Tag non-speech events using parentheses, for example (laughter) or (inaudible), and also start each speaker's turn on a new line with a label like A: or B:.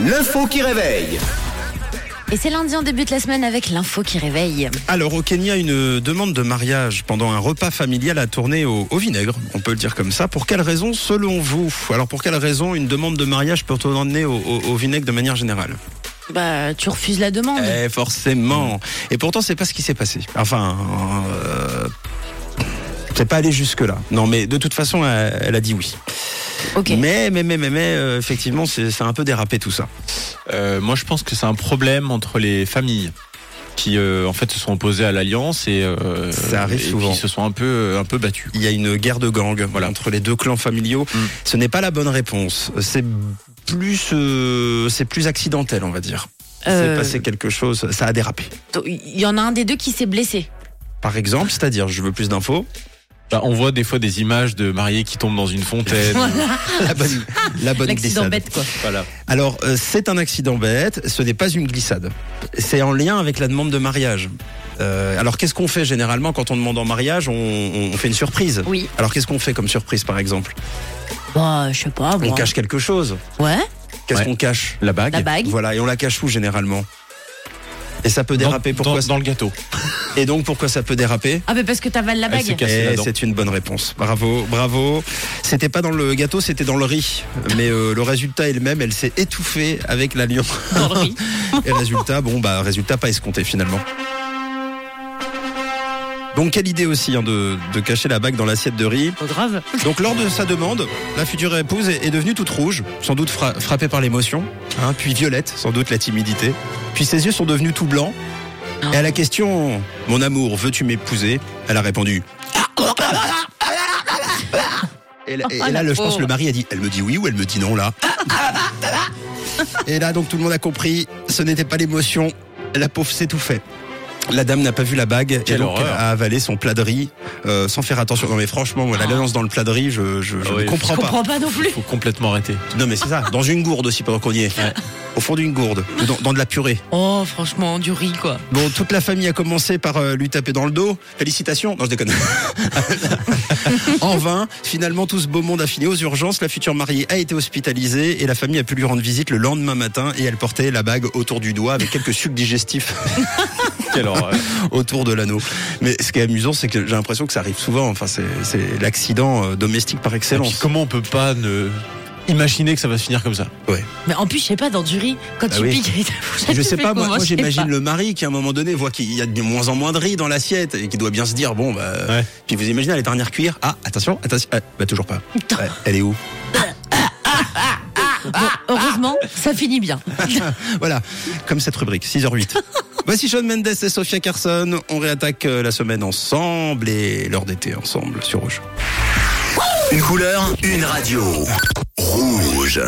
A: L'info qui réveille.
B: Et c'est lundi, on débute la semaine avec l'info qui réveille.
C: Alors au Kenya, une demande de mariage pendant un repas familial a tourné au, au vinaigre, on peut le dire comme ça. Pour quelle raison selon vous Alors pour quelle raison une demande de mariage peut tourner au, au- au vinaigre de manière générale
B: Bah, tu refuses la demande.
C: Eh forcément Et pourtant c'est pas ce qui s'est passé. Enfin... euh, c'est pas allé jusque-là. Non mais de toute façon elle, elle a dit oui.
B: ok.
C: Mais mais mais mais, mais euh, effectivement c'est ça a un peu dérapé tout ça.
D: Euh, moi, je pense que c'est un problème entre les familles qui, euh, en fait, se sont opposées à l'alliance et euh,
C: Ça arrive
D: et
C: souvent.
D: Puis se sont un peu, euh, un peu battus.
C: il y a une guerre de gang voilà, entre les deux clans familiaux.
D: Mm.
C: Ce n'est pas la bonne réponse. C'est plus, euh, c'est plus accidentel, on va dire.
B: Euh,
C: C'est passé quelque chose, ça a dérapé.
B: donc, Il y en a un des deux qui s'est blessé.
C: Par exemple, c'est-à-dire, je veux plus d'infos.
D: Bah, on voit des fois des images de mariés qui tombent dans une fontaine. euh,
B: Voilà,
C: (laughs) La bonne, la bonne
B: Ah. l'accident
C: glissade.
B: bête, quoi.
D: voilà.
C: Alors, euh, c'est un accident bête. Ce n'est pas une glissade. C'est en lien avec la demande de mariage. Euh, alors, qu'est-ce qu'on fait généralement quand on demande en mariage on, on fait une surprise.
B: Oui.
C: Alors, qu'est-ce qu'on fait comme surprise, par exemple
B: Bah, je sais pas,
C: On
B: moi.
C: cache quelque chose.
B: Ouais,
C: Qu'est-ce
D: Ouais.
C: qu'on cache
D: La bague.
B: la bague.
C: Voilà, et on la cache où généralement Et ça peut
D: Dans-
C: déraper. pourquoi
D: dans,
C: ça-
D: dans le gâteau.
C: Et donc pourquoi ça peut déraper
B: Ah, mais parce que t'avales la
D: Elle
B: bague.
D: se casse. Casser la
C: Eh,
D: dent.
C: C'est une bonne réponse. Bravo, bravo. C'était pas dans le gâteau, c'était dans le riz. Mais euh, le résultat est le même. Elle s'est étouffée avec la lion.
B: Dans le riz.
C: (laughs) Et résultat, bon bah résultat pas escompté finalement. Donc quelle idée aussi hein, de, de cacher la bague dans l'assiette de riz.
B: Pas grave.
C: Donc lors de sa demande, la future épouse est, est devenue toute rouge, sans doute fra- frappée par l'émotion, hein, puis violette, sans doute la timidité. Puis ses yeux sont devenus tout blancs. Et à la question "Mon amour, veux-tu m'épouser Elle a répondu (laughs) et là, et
B: Oh, la
C: là, le- je pense
B: pauvre.
C: que le mari a dit Elle me dit oui ou elle me dit non là Et là, donc tout le monde a compris ce n'était pas l'émotion, la pauvre s'étouffait. La dame n'a pas vu la bague et
D: Quelle
C: donc
D: horreur.
C: a avalé son plat de riz euh, sans faire attention. Non mais franchement, moi, la lance dans le plat de riz, je, je, je
D: Ah oui.
C: ne comprends
B: Je
C: pas.
B: comprends pas non plus.
D: Faut complètement arrêter.
C: Non mais c'est ça, dans une gourde aussi pendant qu'on y est. Au fond d'une gourde, ou dans, dans de la purée.
B: Oh, franchement, du riz, quoi.
C: Bon, toute la famille a commencé par euh, lui taper dans le dos. Félicitations. Non, je déconne. (laughs) en vain, finalement, tout ce beau monde a fini aux urgences. La future mariée a été hospitalisée et la famille a pu lui rendre visite le lendemain matin et elle portait la bague autour du doigt avec quelques sucs digestifs
D: Quelle horreur.
C: (laughs) autour de l'anneau. Mais ce qui est amusant, c'est que j'ai l'impression que ça arrive souvent. Enfin, c'est c'est l'accident euh, domestique par
D: Et puis,
C: excellence.
D: comment on peut pas ne imaginer que ça va se finir comme ça
B: Mais en plus, je sais pas, dans du riz, quand
C: Bah
B: tu
C: oui.
B: piques, (laughs)
C: Je sais pas, moi, moi, j'imagine
B: le.
C: le mari qui à un moment donné voit qu'il y a de moins en moins de riz dans l'assiette et qui doit bien se dire bon bah.
D: Ouais.
C: Puis vous imaginez à la dernière cuillère ah attention attention ah, bah toujours pas. Ouais, elle est où
B: Ah, Heureusement, ça finit
C: (laughs)
B: bien.
C: Voilà comme cette rubrique 6h08. Voici Sean Mendes et Sophia Carson. On réattaque euh, la semaine ensemble et l'heure d'été ensemble sur Rouge.
A: Une couleur, une radio. Rouge.